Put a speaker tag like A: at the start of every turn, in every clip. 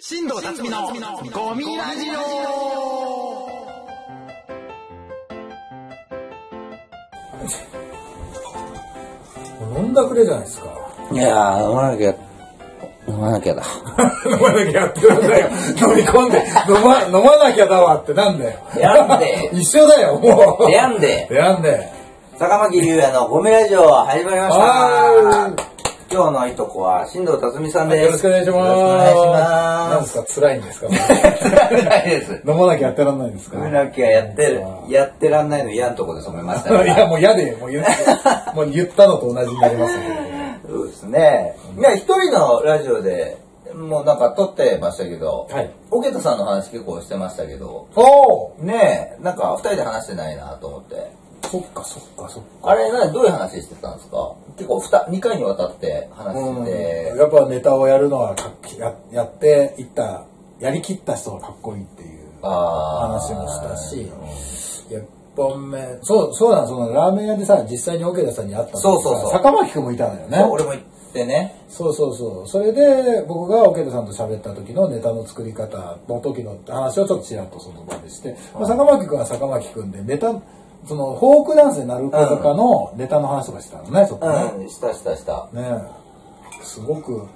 A: 新藤辰巳のゴミラジオ
B: 飲んだくれじゃないですか。
C: いやー、飲まなきゃ、飲まなきゃだ。
B: 飲まなきゃやってなんだよ。飲み込んで、飲ま、飲まなきゃだわってなんだよ。
C: やんで
B: 一緒だよ、もう。
C: でやんで
B: でやんで。
C: 坂巻龍也のゴミラジオ始まりま
B: は
C: した。今日のいとこは、新藤辰巳さんです。
B: よろしくお願いします。なん
C: よろ
B: で
C: し
B: すか、辛いんですか
C: くお願いします。ないです。
B: 飲まなきゃやってらんないんですか
C: 飲めなきゃやってる、やってらんないの嫌なとこで染めましたか
B: いや、
C: ら。
B: もう嫌で、もう言うもう言ったのと同じになりますね。
C: そうですね。いや、一人のラジオで、もうなんか撮ってましたけど、
B: はい
C: オケタさんの話結構してましたけど、
B: おー
C: ねえ、なんか二人で話してないなと思って。
B: そっかそっかそっか。
C: あれ、などういう話してたんですか結構2、二回にわたって話
B: う
C: し
B: ん、
C: てて、
B: やっぱネタをやるのはかっきややっていったやりきった人がかっこいいっていう
C: あ
B: 話
C: ー
B: もしたし1本目そうそうなんそのラーメン屋でさ実際に桶田さんに会ったのにさ
C: そうそうそう
B: 坂巻君もいたのよね
C: そう俺も行ってね。
B: そうそうそうそれで僕が桶田さんと喋った時のネタの作り方の時の話をちょっとちらっとその場でして、まあ、坂巻君は坂巻君でネタそのフォークダンスで鳴ることかのネタの話とかしてたのね、そこね、
C: うん、したしたした。
B: ねえすごく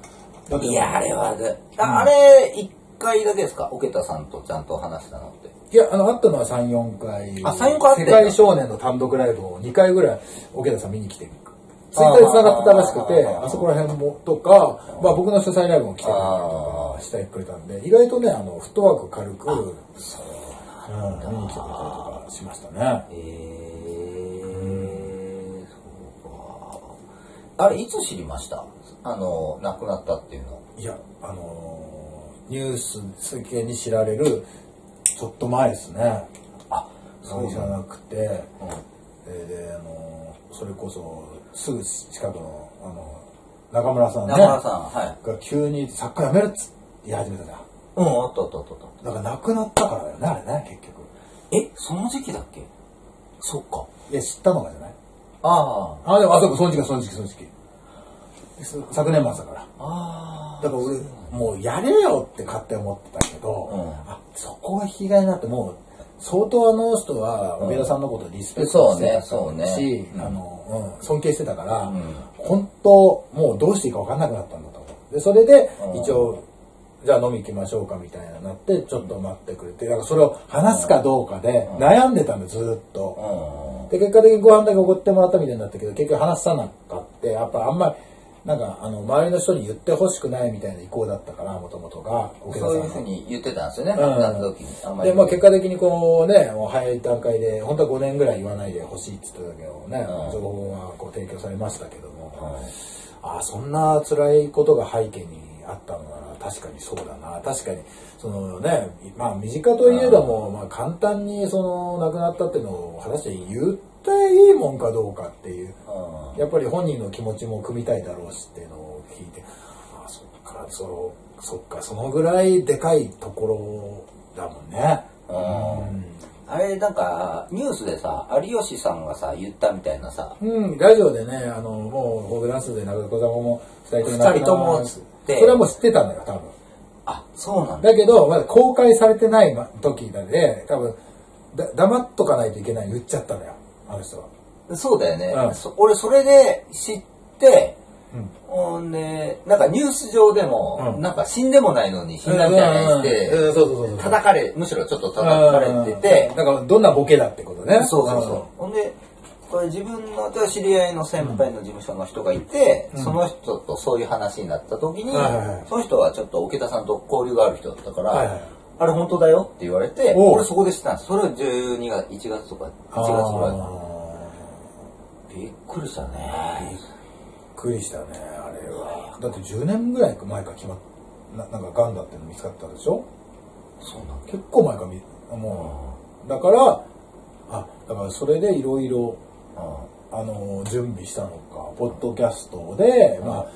B: だって
C: いや、あれはで、ああれ、1回だけですかオケタさんとちゃんと話したのって。
B: いやあの会ったのは34回
C: あ3 4回会って
B: 世
C: んだ
B: 界少年の単独ライブを2回ぐらい桶田さん見に来てるツイッターで繋がってたらしくて
C: あー
B: あそこら辺もとか、まあ、僕の主催ライブも来てくれたりとかしてくれたんで意外とねあのフットワーク軽くうん、見に来てくれたりとかしましたね
C: えー、そうか。あれ、いつ知りましたあの、亡くなったっていうの。
B: いやあのーニュース世間に知られるちょっと前ですね
C: あ、
B: そうじゃなくて、
C: うん。
B: えーであのーそれこそすぐ近くのあのー中村さんね
C: 中村さん、はい。
B: が急に作家辞めるっつって言い始めたじゃん
C: うん、あったあったあったあった。
B: だから亡くなったからだよねあれね結局
C: え、その時期だっけそっか。
B: いや知ったのがじゃない
C: あ
B: あでもあそこその時期その時期その時期す昨年末だから
C: あ。あ
B: だから俺もうやれよって勝手に思ってたけど、
C: うん
B: あそこが引きがいになってもう相当あの人は上田さんのことをリスペク
C: そ
B: ト
C: う
B: して
C: ね
B: たし、
C: そうねうん
B: あのうん、尊敬してたから、
C: うん
B: 本当もうどうしていいか分かんなくなったんだと思うでそれで
C: うん
B: 一応じゃあ飲み行きましょうかみたいになってちょっと待ってくれてだからそれを話すかどうかで悩んでたんだずーっと。
C: あ。
B: で結果的にご飯だけおごってもらったみたいになったけど結局話さなかったやっぱあんまりなんかあの周りの人に言ってほしくないみたいな意向だったからもともとが
C: うん。
B: 奥田
C: そ
B: さ
C: うんい
B: が
C: うふうに言ってたんですよね、
B: うん
C: 亡くなった時に。んり
B: でまあ、結果的にこうねもう早い段階で本当は5年ぐらい言わないでほしいって言ってたけどね、
C: うん
B: 情報はこう提供されましたけども、
C: はい
B: ああそんな辛いことが背景にあったのなら確かにそうだな確かにそのねまあ身近といえども、まあ、簡単にその亡くなったっていうのを果たして言っていいもんかどうかっていう
C: うん
B: やっぱり本人の気持ちも組みたいだろうしっていうのを聞いてああそっかそのそっかそのぐらいでかいところだもんね。
C: あれ、なんか、ニュースでさ、有吉さんがさ、言ったみたいなさ、
B: うん、ラジオでね、あの、もう、フォークダンスで中田様も二人とも亡くな
C: 二人ともっつって
B: それはもう知ってたんだよ、多分。
C: あ、そうなんだ。
B: だけど、まだ公開されてない時なんで、多分、だ黙っとかないといけない言っちゃったんだよ、あの人は。
C: そうだよね。
B: うん
C: そ俺、それで知って、
B: うん
C: ほんで、なんかニュース上でも、
B: うん
C: なんか死んでもないのに死んだみたいなやつで、
B: うんうんうんそうそうそうそう
C: 叩かれ、むしろちょっと叩かれてて、
B: うんだから、どんなボケだってことね。
C: そうそうそう。ほんで、これ自分の知り合いの先輩の事務所の人がいて、
B: うん
C: その人とそういう話になった時に、
B: はいはいはい
C: その人はちょっと桶田さんと交流がある人だったから、
B: はいはい
C: あれ本当だよって言われて、
B: おう
C: 俺そこで知ったんです。それを12月、1月とか、1
B: あ
C: 月とか。
B: ー
C: びっくりしたね。
B: びっくりしたね、あれは。だって10年ぐらい前から決まっななんか、ガンだっての見つかったでしょ
C: そうなんだ
B: 結構前から見もうだからあだからそれでいろいろあの準備したのかポッドキャストで、まあ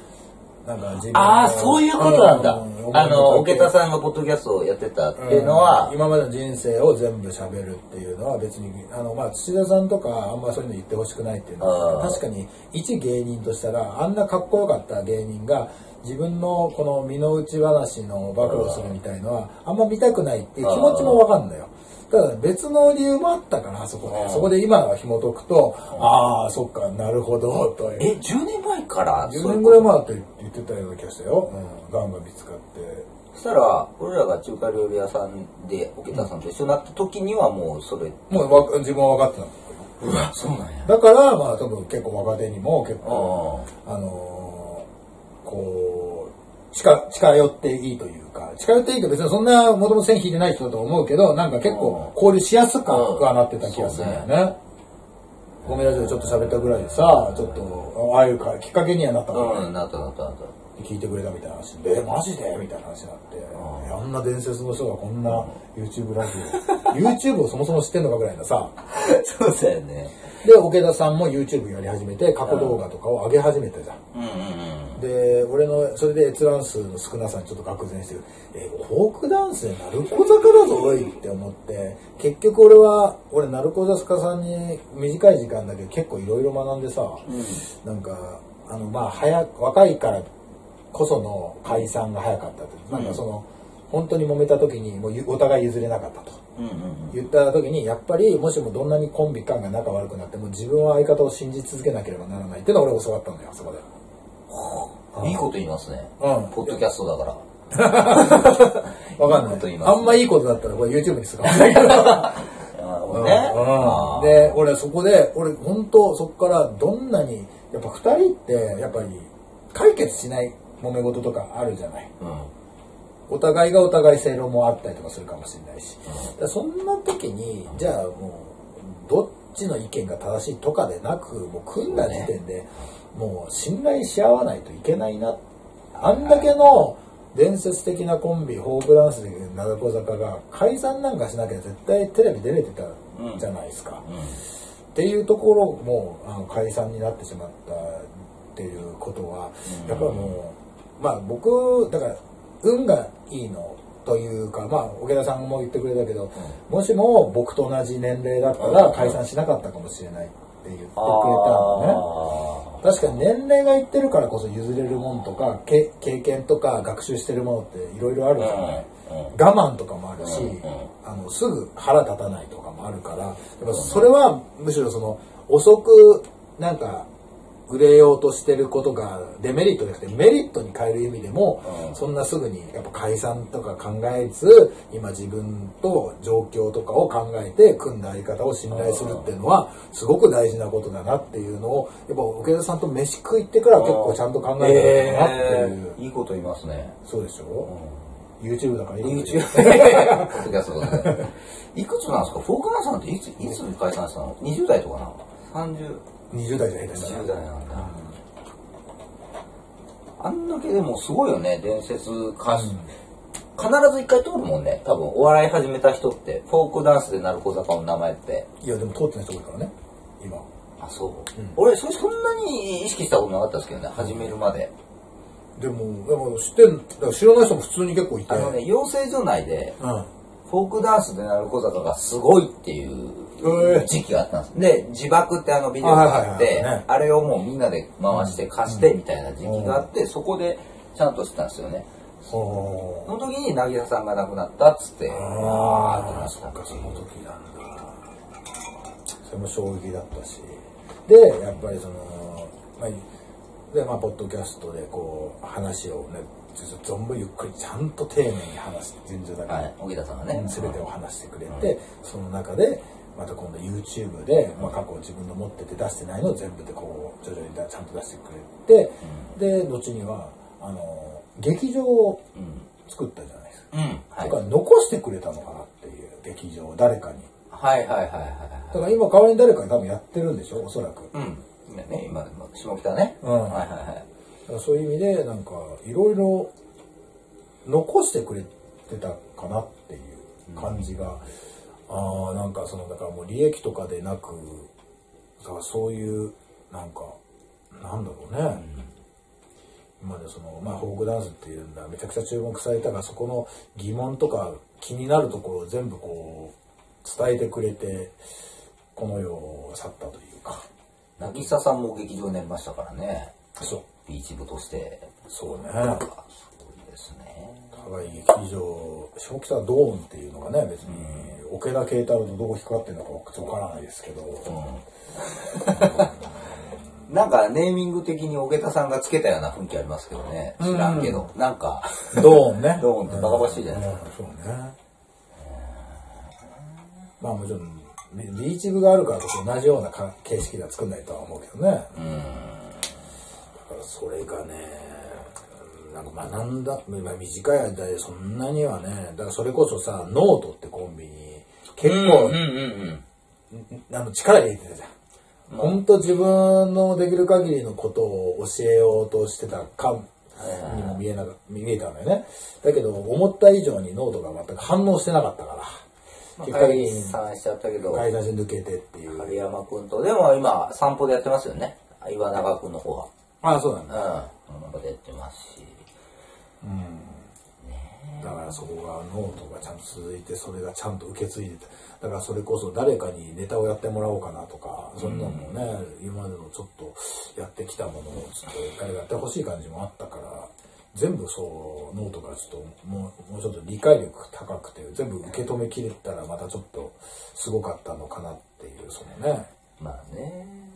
B: なんか自分の
C: ああ、そういうことなんだ。
B: うん
C: あの、桶田
B: ん
C: さんがポッドキャストをやってたっていうのは、
B: 今までの人生を全部喋るっていうのは別にあの、まあ、土田さんとかあんまそういうの言ってほしくないっていうのは
C: あー
B: 確かに一芸人としたらあんなかっこよかった芸人が自分のこの身の内話の暴露するみたいのはあんま見たくないっていう気持ちもわかるんだよただ別の理由もあったからあそこ
C: うん
B: でそこで今は紐解くとああそっかなるほどという
C: え10年前から
B: 10年ぐらい
C: 前
B: 前だって言ってたような気がしたよ、うん、ガンが見つかって
C: そしたら俺らが中華料理屋さんで桶田さんと一緒になった時にはもうそれ
B: もうわ自分は分かってたんだよ
C: うわそうなんや
B: だからまあ多分結構若手にも結
C: あ
B: 構あのーこう近近寄っていいというか近寄っていいけど別にそんなもともと線引いてない人だと思うけどなんか結構交流しやすくはなってた気がするんだよね。ごめんなさいちょっと喋ったぐらいでさちょっとああいうかきっかけにはなったの
C: うんなったなったなった
B: 聞いてくれたみたいな話で「えマジで?」みたいな話になってあんな伝説の人がこんな YouTube ラジオ YouTube をそもそも知ってんのかぐらいのさ
C: そうだよね
B: で桶田さんも YouTube やり始めて過去動画とかを上げ始めてたじゃん
C: うんうんうん
B: で俺のそれで閲覧数の少なさにちょっと愕然してるえフォークダンスで鳴子坂だぞおいって思って結局俺は俺鳴子坂さんに短い時間だけど結構いろいろ学んでさ、なんかあのまあ早く若いからこその解散が早かったって、なんかその本当に揉めた時にもうゆお互い譲れなかったと。
C: うんうん
B: 言った時にやっぱりもしもどんなにコンビ間が仲悪くなっても自分は相方を信じ続けなければならないっていうのを俺教わったんだよそこで
C: うんいいこと言いますね
B: うん
C: ポッドキャストだから
B: わかんない
C: いいこと言います
B: あんまいいことだったらこれ YouTube にするかもしれないけど
C: なるほ
B: う
C: ど
B: ん
C: ね あー
B: で俺そこで俺本当そこからどんなにやっぱ2人ってやっぱり解決しない揉め事とかあるじゃない
C: うん
B: お互いがお互い正論もあったりとかするかもしれないし、だからそんな時にじゃあもうどっちの意見が正しいとかでなくもう組んだ時点でもう信頼し合わないといけないなあんだけの伝説的なコンビホークダンスで長子坂が解散なんかしなきゃ絶対テレビ出れてたじゃないですか、
C: うん
B: っていうところもあの解散になってしまったっていうことはやっぱもうまあ僕だから運がいいのというかまあ桶田さんも言ってくれたけど、もしも僕と同じ年齢だったら解散しなかったかもしれないって言ってくれたんだね。
C: あ
B: 確かに年齢がいってるからこそ譲れるもんとかけ経験とか学習してるものっていろいろあるじゃない、
C: うんうん
B: 我慢とかもあるし、
C: うんうん
B: あのすぐ腹立たないとかもあるからやっぱそれはむしろその遅くなんか売れようとしてることがデメリットじゃなくてメリットに変える意味でも、
C: うん
B: そんなすぐにやっぱ解散とか考えず今自分と状況とかを考えて組んだ相方を信頼するっていうのはすごく大事なことだなっていうのをやっぱ桶田さんと飯食いってから
C: あ
B: 結構ちゃんと考えたのかなっていう、
C: えーいいこと言いますね
B: そうでしょ、YouTube だからいいこと言う
C: YouTube ポッドキャストだねいくつなんですかフォークマンさんっていついつ解散したの20代とかな30
B: 20代じゃないですか
C: 20代なんだあんだけでもすごいよね伝説歌手、必ず一回通るもんね多分お笑い始めた人ってフォークダンスで鳴子坂の名前って
B: いやでも通ってない人多いからね今
C: あそう、俺そそんなに意識したことなかったですけどね始めるまで
B: でもでも知ってんだから知らない人も普通に結構いて
C: あのね養成所内で
B: うん
C: フォークダンスで鳴子坂がすごいっていう時期があったんです。で、自爆ってあのビデオがあっ
B: はい
C: て
B: はいはいはい、
C: あれをもうみんなで回して貸してみたいな時期があって、そこでちゃんとしてたんですよね。
B: ほ
C: その時に渚さんが亡くなったっつって、
B: う
C: あーって
B: あ
C: な
B: あ
C: っ
B: そ
C: た
B: っ
C: って
B: かそ
C: いう
B: の時なんだそれも衝撃だったしでやっぱりそのまあでまあポッドキャストでこう話をねちょっと存分ゆっくりちゃんと丁寧に話して順序だから、
C: はい、小木田さんがね。
B: 全てを話してくれて、その中でまた今度 YouTube で、まあ、過去自分の持ってて出してないのを全部でこう徐々にだちゃんと出してくれて、で後にはあの劇場を作ったじゃないですか、
C: うん。は
B: だ
C: い。
B: か
C: はい
B: ら残してくれたのかなっていう劇場を誰かに
C: はいはいはい
B: だから今代わりに誰かに多分やってるんでしょおそらく、だ
C: はい。うん。ね、今、下北ね。
B: うん
C: はいはいはい。
B: からそういう意味でなんかいろいろ残してくれてたかなっていう感じが、ああなんかそのだからもう利益とかでなくだからそういうなんかなんだろうね、今までそのまあフォークダンスっていうんだめちゃくちゃ注目されたがそこの疑問とか気になるところを全部こう伝えてくれてこの世を去ったというか
C: 渚さんも劇場になりましたからね。
B: そう
C: ビーチ部として。
B: そうね。
C: そうですね。
B: 高い劇場、正気さドーンっていうのがね、別に、桶田慶太郎のどこ引っかかってるのかわからないですけど、
C: なんかネーミング的に桶田さんがつけたような雰囲気ありますけどね。知らんけど。なんか、
B: ドーンね。
C: ドーンってバカバカしいじゃないです
B: うんそうね。まあもちろん、ビビーチ部があるからこそ同じようなか形式では作んないとは思うけどね。だからそれがね、うんなんか学んだ、まあ短い間でそんなにはね、だからそれこそさ、ノートってコンビニ、結構、
C: うんうん
B: あの力入れてたじゃん。ほんと自分のできる限りのことを教えようとしてたかにも見えなか見えたんだよね。だけど、思った以上にノートが全く反応してなかったから、
C: うん。
B: 結果的
C: 解
B: に
C: 散しちゃったけど、
B: 買い出し抜けてっていう。
C: 影山くんと、でも今散歩でやってますよね。岩永くんの方は。
B: ああ、そうなんだ。
C: うん。散歩でやってますし。
B: だからそこがノートがちゃんと続いてそれがちゃんと受け継いでてだからそれこそ誰かにネタをやってもらおうかなとかそんなのもね、今までのちょっとやってきたものをちょっと誰かやってほしい感じもあったから全部そうノートがちょっともうもうちょっと理解力高くて全部受け止めきれたらまたちょっとすごかったのかなっていうそのね
C: まあね。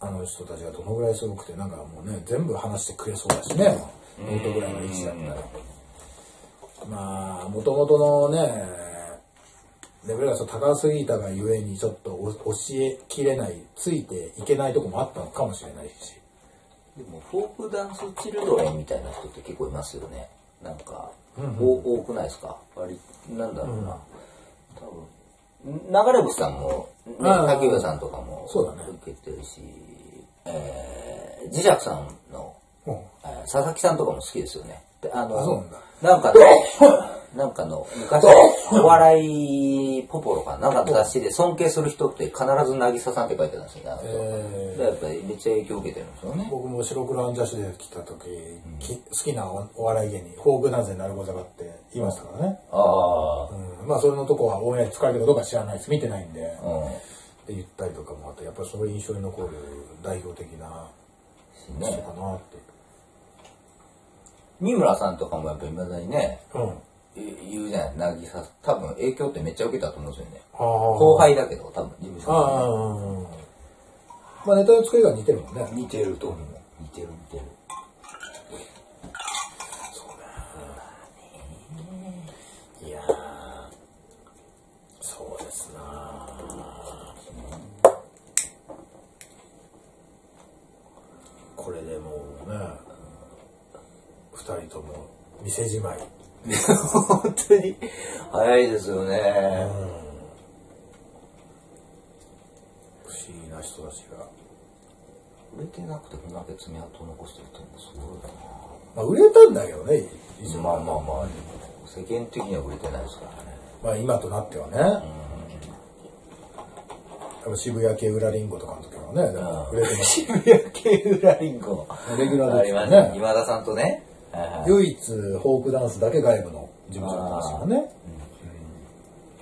B: あの人たちがどのぐらいすごくてなんかもうね全部話してくれそうだしねノートぐらいの位置だったらまあもともとのねレベルがちょっと高すぎたがゆえにちょっとお教えきれないついていけないとこもあったのかもしれないし
C: でもフォークダンスチルドレンみたいな人って結構いますよねなんか、お多くないですか割りなんだろうな、多分流れ星さんも、ね、
B: ああ
C: 竹上さんとかも
B: そうだね
C: 受けてるし、えー、磁石さんの、
B: うん
C: えー佐々木さんとかも好きですよねであの
B: あそうなんだ
C: なんかねなんかの昔お笑いポポロかなんかの雑誌で尊敬する人って必ず渚さんって書いてたんですよねあの人
B: えー
C: でやっぱりめっちゃ影響受けてるんですよね
B: 僕も白黒アンジャッシュで来た時、き好きなおお笑い芸人フォークダンスになるござがって言いましたからね、
C: あ
B: うん、まあそれのとこはオンエアに使うけどどうか知らないです見てないんで、
C: あ、う
B: っ
C: ん。
B: て言ったりとかもあってやっぱりそれ印象に残る代表的な人
C: ね、
B: かなって、
C: 三村さんとかもやっぱいまだにね、
B: うんあ
C: い言うじゃない、なぎさ、多分影響ってめっちゃ受けたと思うんですよね。
B: あ
C: 後輩だけど、多分事務
B: あ
C: 所
B: あまあネタの作りが似てるもんね
C: に。似てると思う。似てる似てる。
B: いやそうですなこれでもうね二人とも店じまい
C: 本当に早いですよね。
B: 不思議な人たちが、
C: 売れてなくてこんだけ爪痕残してるってのもすごいな。
B: まあ、売れたんだけどね一応
C: まあまあまあ、世間的には売れてないですからね。
B: まあ今となってはね、多分渋谷系裏リンゴとかの時はね、なんか売れてます。
C: 渋谷系裏リンゴ。
B: レギュラー
C: あ
B: で
C: り
B: す
C: ま
B: よ
C: し
B: ね
C: た。今田さんとね。はいはい
B: 唯一フォークダンスだけ外部の事務所だったんですからね。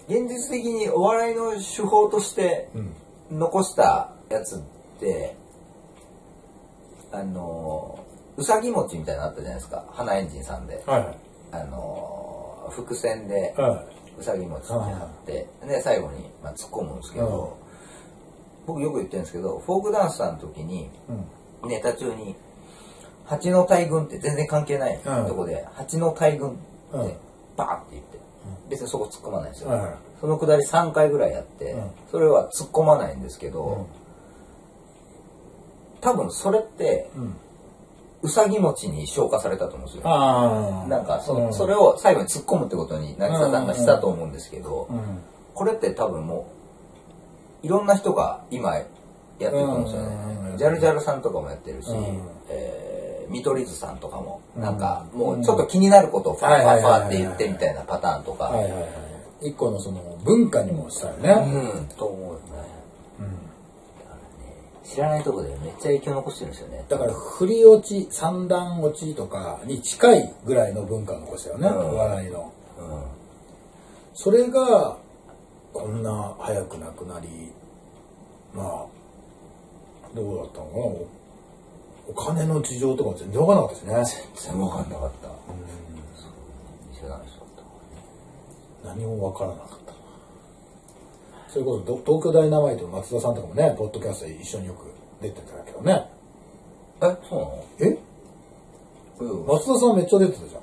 C: 現実的にお笑いの手法として残したやつって、あのうさぎ餅みたいなのあったじゃないですか花エンジンさんで、
B: はいはい。
C: あの伏線で
B: は
C: うさぎ餅ってあって、で最後に、まあ、突っ込むんですけど、僕よく言ってるんですけどフォークダンスさんの時に
B: うん。
C: ネタ中に「蜂の大群」って全然関係ない
B: うん
C: とこで「蜂の大群」って
B: うん
C: バーって言って別にそこ突っ込まないんですよ、
B: はいはい
C: そのくだり3回ぐらいやって、
B: うん
C: それは突っ込まないんですけど、多分それって
B: うん。
C: うさぎ餅に消化されたと思うんですよ
B: ああ。
C: なんかそ,、
B: うん
C: それを最後に突っ込むってことに渚さんがしたと思うんですけど、
B: うん。
C: これって多分もういろんな人が今やってると思うんですよ
B: う
C: ね
B: ん
C: ジャルジャルさんとかもやってるし、
B: うん
C: えー見取り図さんとかも
B: うん
C: なんかもうちょっと気になることをファンファンファンって言ってみたいなパターンとか、
B: はいはいはい。一個のその文化にもしたよね。
C: うんと思うよねだからね知らないとこでめっちゃ影響残してるんですよね
B: だから振り落ち、三段落ちとかに近いぐらいの文化を残したよね。
C: うん
B: お笑いの。
C: うん
B: それがこんな早くなくなりまあどうだったのかなお金の事情とか全然わかんなかったですね。
C: 全然分かんなかったそう見せない人だった
B: 何もわからなかった。それこそど東京ダイナマイトの松田さんとかもね、ポッドキャストで一緒によく出てたけどね。
C: えそ
B: え
C: うなの
B: 松田さんめっちゃ出てたじゃん。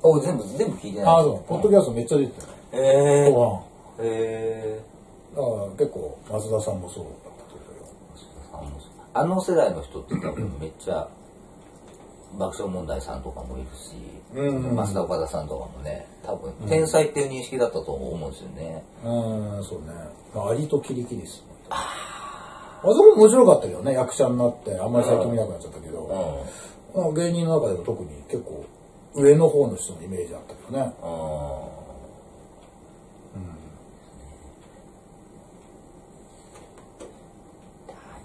C: お全部全部聞いてない
B: ああ、そう。ポッドキャストめっちゃ出てたね。
C: ええー、
B: 後
C: えー
B: 半。だから結構松田さんもそうだったと思うけど。
C: あの世代の人って多分めっちゃ爆笑問題さんとかもいるし、
B: うんうん
C: 増田岡田さんとかもね多分天才っていう認識だったと思うんですよね、
B: うーん、そうね。まあ、アリとキリキリス。あそこ面白かったけどね、役者になって、あんまり最近見なくなっちゃったけ
C: うん
B: ど、まあ、芸人の中でも特に結構上の方の人のイメージあったけどね。
C: ああい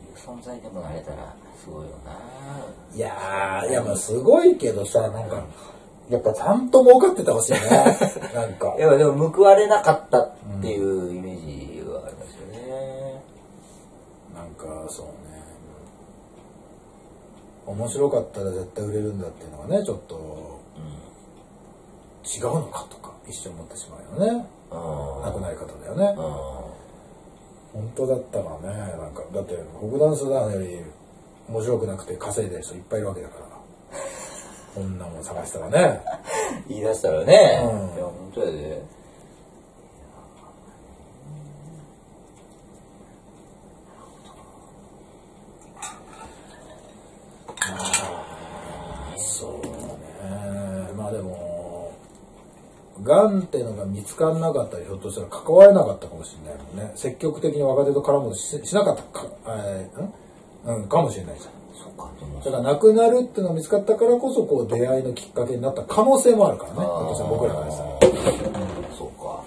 C: う存在でもなれたらすごいよない
B: やー、いやまあすごいけどさ、なんか、やっぱちゃんと儲かっててほ しいね。なんか。
C: やっぱでも報われなかったっていうイメージはありますよね、
B: なんか、そうね。面白かったら絶対売れるんだっていうのがね、ちょっと、違うのかとか、一瞬思ってしまうよね。
C: うん
B: 亡くなり方だよね。本当だったらねなんかだってフォークダンスダンスより面白くなくて稼いでる人いっぱいいるわけだからこんなもん探したらね
C: 言い出したらね、
B: うん
C: いや本当やで
B: そうねまあでもがんってのが見つからなかったりひょっとしたら関われなかったかもしれないもんね積極的に若手と絡むことししなかったか,、えーんうん、かもしれないじゃん
C: そっかでも
B: だから亡くなるっていうのが見つかったからこそこう出会いのきっかけになった可能性もあるからねひょっとしたら僕らからしたら。
C: そうか、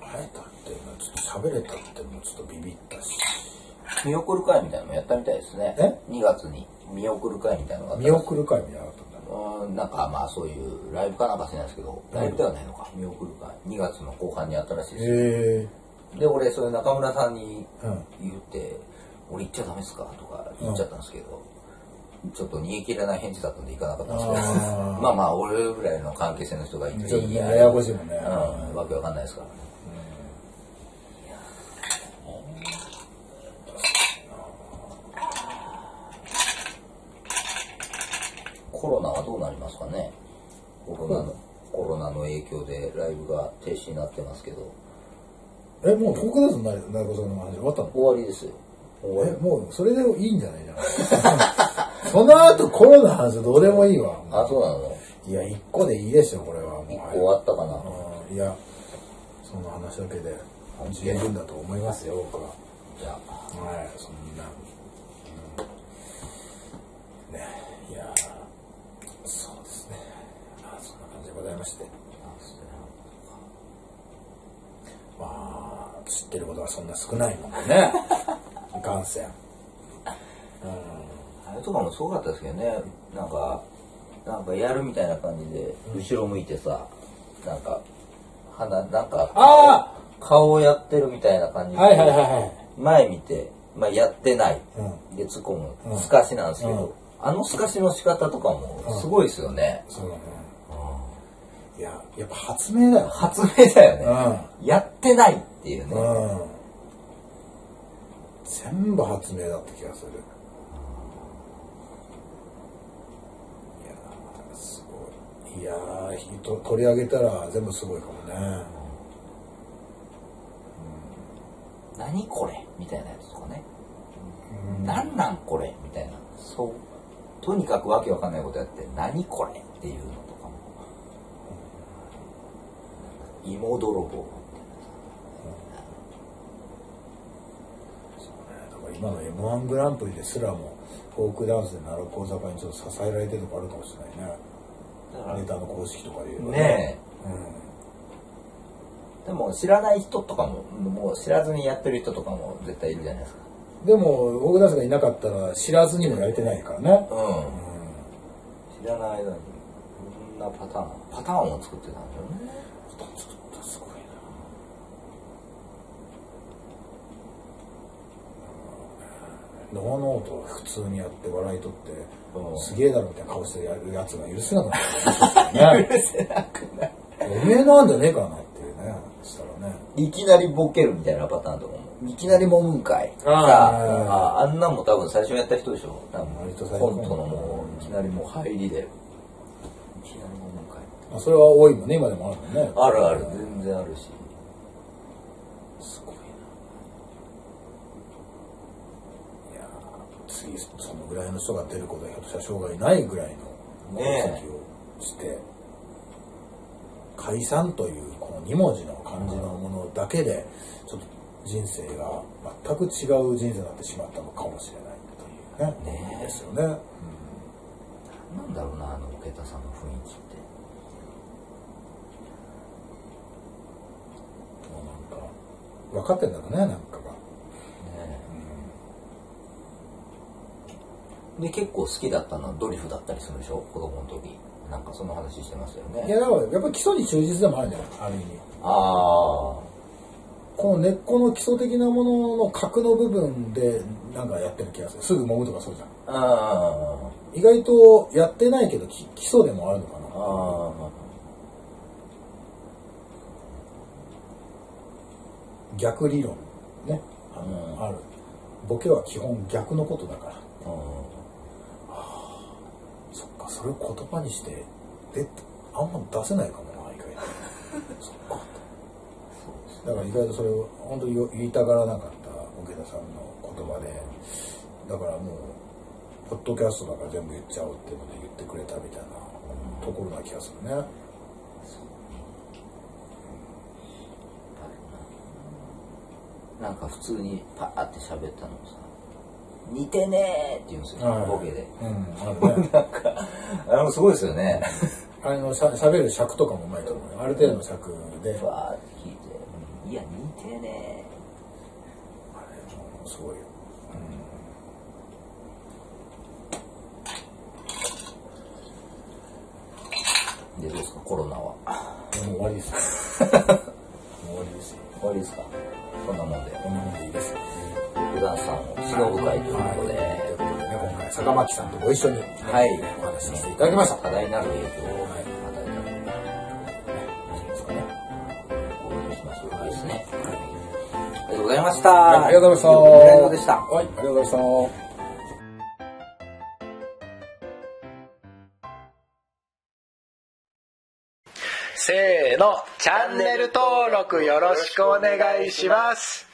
B: 会えたっていうのはちょっと喋れたっていうのもちょっとビビったし
C: 見送る会みたいなのもやったみたいですね
B: え
C: 2月に見送る会みたいなのがあった
B: 見送る会みたいなのがあったんだ
C: うんなんかまあそういうライブかなんかしてないですけどライブではないのか見送る会2月の後半にあったらしいです、
B: へ
C: で俺それ中村さんに
B: うん
C: 言って「俺行っちゃダメですか?」とか言っちゃったんですけど、ちょっと逃げ切れない返事だったんで行かなかったんですけど
B: あー
C: まあまあ俺ぐらいの関係性の人がいて
B: ちょっとね
C: や
B: ややこしいもんね
C: うん、わけわかんないですからねコロナはどうなりますかねコロナのコロナの影響でライブが停止になってますけど
B: ええもうフォークダンスになるなることの話終わった の
C: 終わりですよ
B: えもうそれでいいんじゃないじゃんその後コロナの話どうでもいいわ
C: あそうなの
B: いや一個でいいでしょこれはもう
C: 一個終わったかな、
B: うんいやその話だけで十分だと思いますよ僕は
C: じゃあ
B: はいそんな、うん、ねいやそうですねまあそんな感じでございましてまあ知ってることはそんな少ないもんね いかんせん
C: あれとかもすごかったですけどねなんかなんかやるみたいな感じで後ろ向いてさなんか鼻なんか
B: あ
C: 顔をやってるみたいな感じ
B: あ
C: で、
B: はいはいはいはい
C: 前見て、まあ、やってない、
B: う
C: で突っ込
B: うん
C: むすかしなんですけど、
B: うん
C: あのすかしの仕方とかもすごいですよね、
B: そうだねいややっぱ発明だよ
C: 発明だよね、やってないっていうね、
B: うん全部発明だった気がするいやーすごいいやーひと取り上げたら全部すごいかもね
C: 何これみたいなやつとかね、なんなんこれみたいなそうとにかくわけわかんないことやって何これっていうのとかも芋泥棒
B: だから今の m 1グランプリですらもフォークダンスで奈良高坂にちょっと支えられてるとこあるかもしれないね
C: だから
B: ネタの公式とかで言えば
C: ね
B: うん
C: えでも知らない人とかももう知らずにやってる人とかも絶対いるじゃないですか
B: でもフォークダンスがいなかったら知らずにもやれてないからね
C: うん、知らない間にいろんなパターンパターンを作ってたんだよね
B: すごいなノーノーと普通にやって笑い取って
C: うん
B: すげえだろみたいな顔してやるやつが許せなくな る、ね、
C: 許せなくない
B: おめえの案じゃねえからなっていうねしたらね
C: いきなりボケるみたいなパターンとかもいきなりもむんかい
B: あー
C: さああんなんも多分最初やった人でしょ多分
B: 割と最初
C: コントのもういきなりもう入りでいきなりもむんかい
B: まあそれは多いもんね今でもあるもんね
C: あるある全然あるし
B: すごいないやー次そのぐらいの人が出ることはひょっとしたら生涯ないぐらいの
C: ねえ
B: 功績をして、解散というこの2文字の漢字のものだけでちょっと人生が全く違う人生になってしまったのかもしれないというね
C: ねえ
B: ですよね。
C: なんだろうなあの桶田さんの雰囲気って
B: もうなんか分かってんだろうねなんかが。
C: ねで結構好きだったのはドリフだったりするでしょ子供の時なんかその話してましたよ
B: い
C: ね
B: やだからやっぱり基礎に忠実でもあるんじゃないある意味。
C: ああ
B: この根っこの基礎的なものの核の部分でなんかやってる気がするすぐ揉むとかそうじゃん
C: あ
B: 意外とやってないけどき基礎でもあるのか
C: あ
B: な
C: あ
B: 逆理論ねあの、
C: うん
B: あるボケは基本逆のことだからそっかそれを言葉にしてであんま出せないかもな意外と そっかだから意外とそれを本当に言言いたがらなかった桶田さんの言葉でだからもうポッドキャストだから全部言っちゃおうっていうので言ってくれたみたいなところな気がするね
C: なんか普通にパーって喋ったのもさ「似てねー」って言うんですよボケで
B: うんあるね
C: なんかあれもすごいですよね
B: あのしゃ喋る尺とかもうまいと思うよある程度の尺で
C: わーって聞いて「いや似てね
B: あれもすごいよ、
C: ー」でどうですかコロナは
B: うん、もう終わりですもう終わりですよ
C: 終わりですかこんなもんで
B: こんなもんでいいです
C: 福田さんを忍ぶ会ということで
B: はい、ということでね今回坂巻さんとご一緒に
C: はい、
B: お話しさせていただきました
C: 多大なる影響を
B: は
C: 与
B: い
C: えたという
B: ですかね
C: ことにしましょうかですね。ありがとうございました。
B: はいありがとうございました
C: 平山でした。
B: はいありがとうございました
A: せーの、チャンネル登録よろしくお願いします。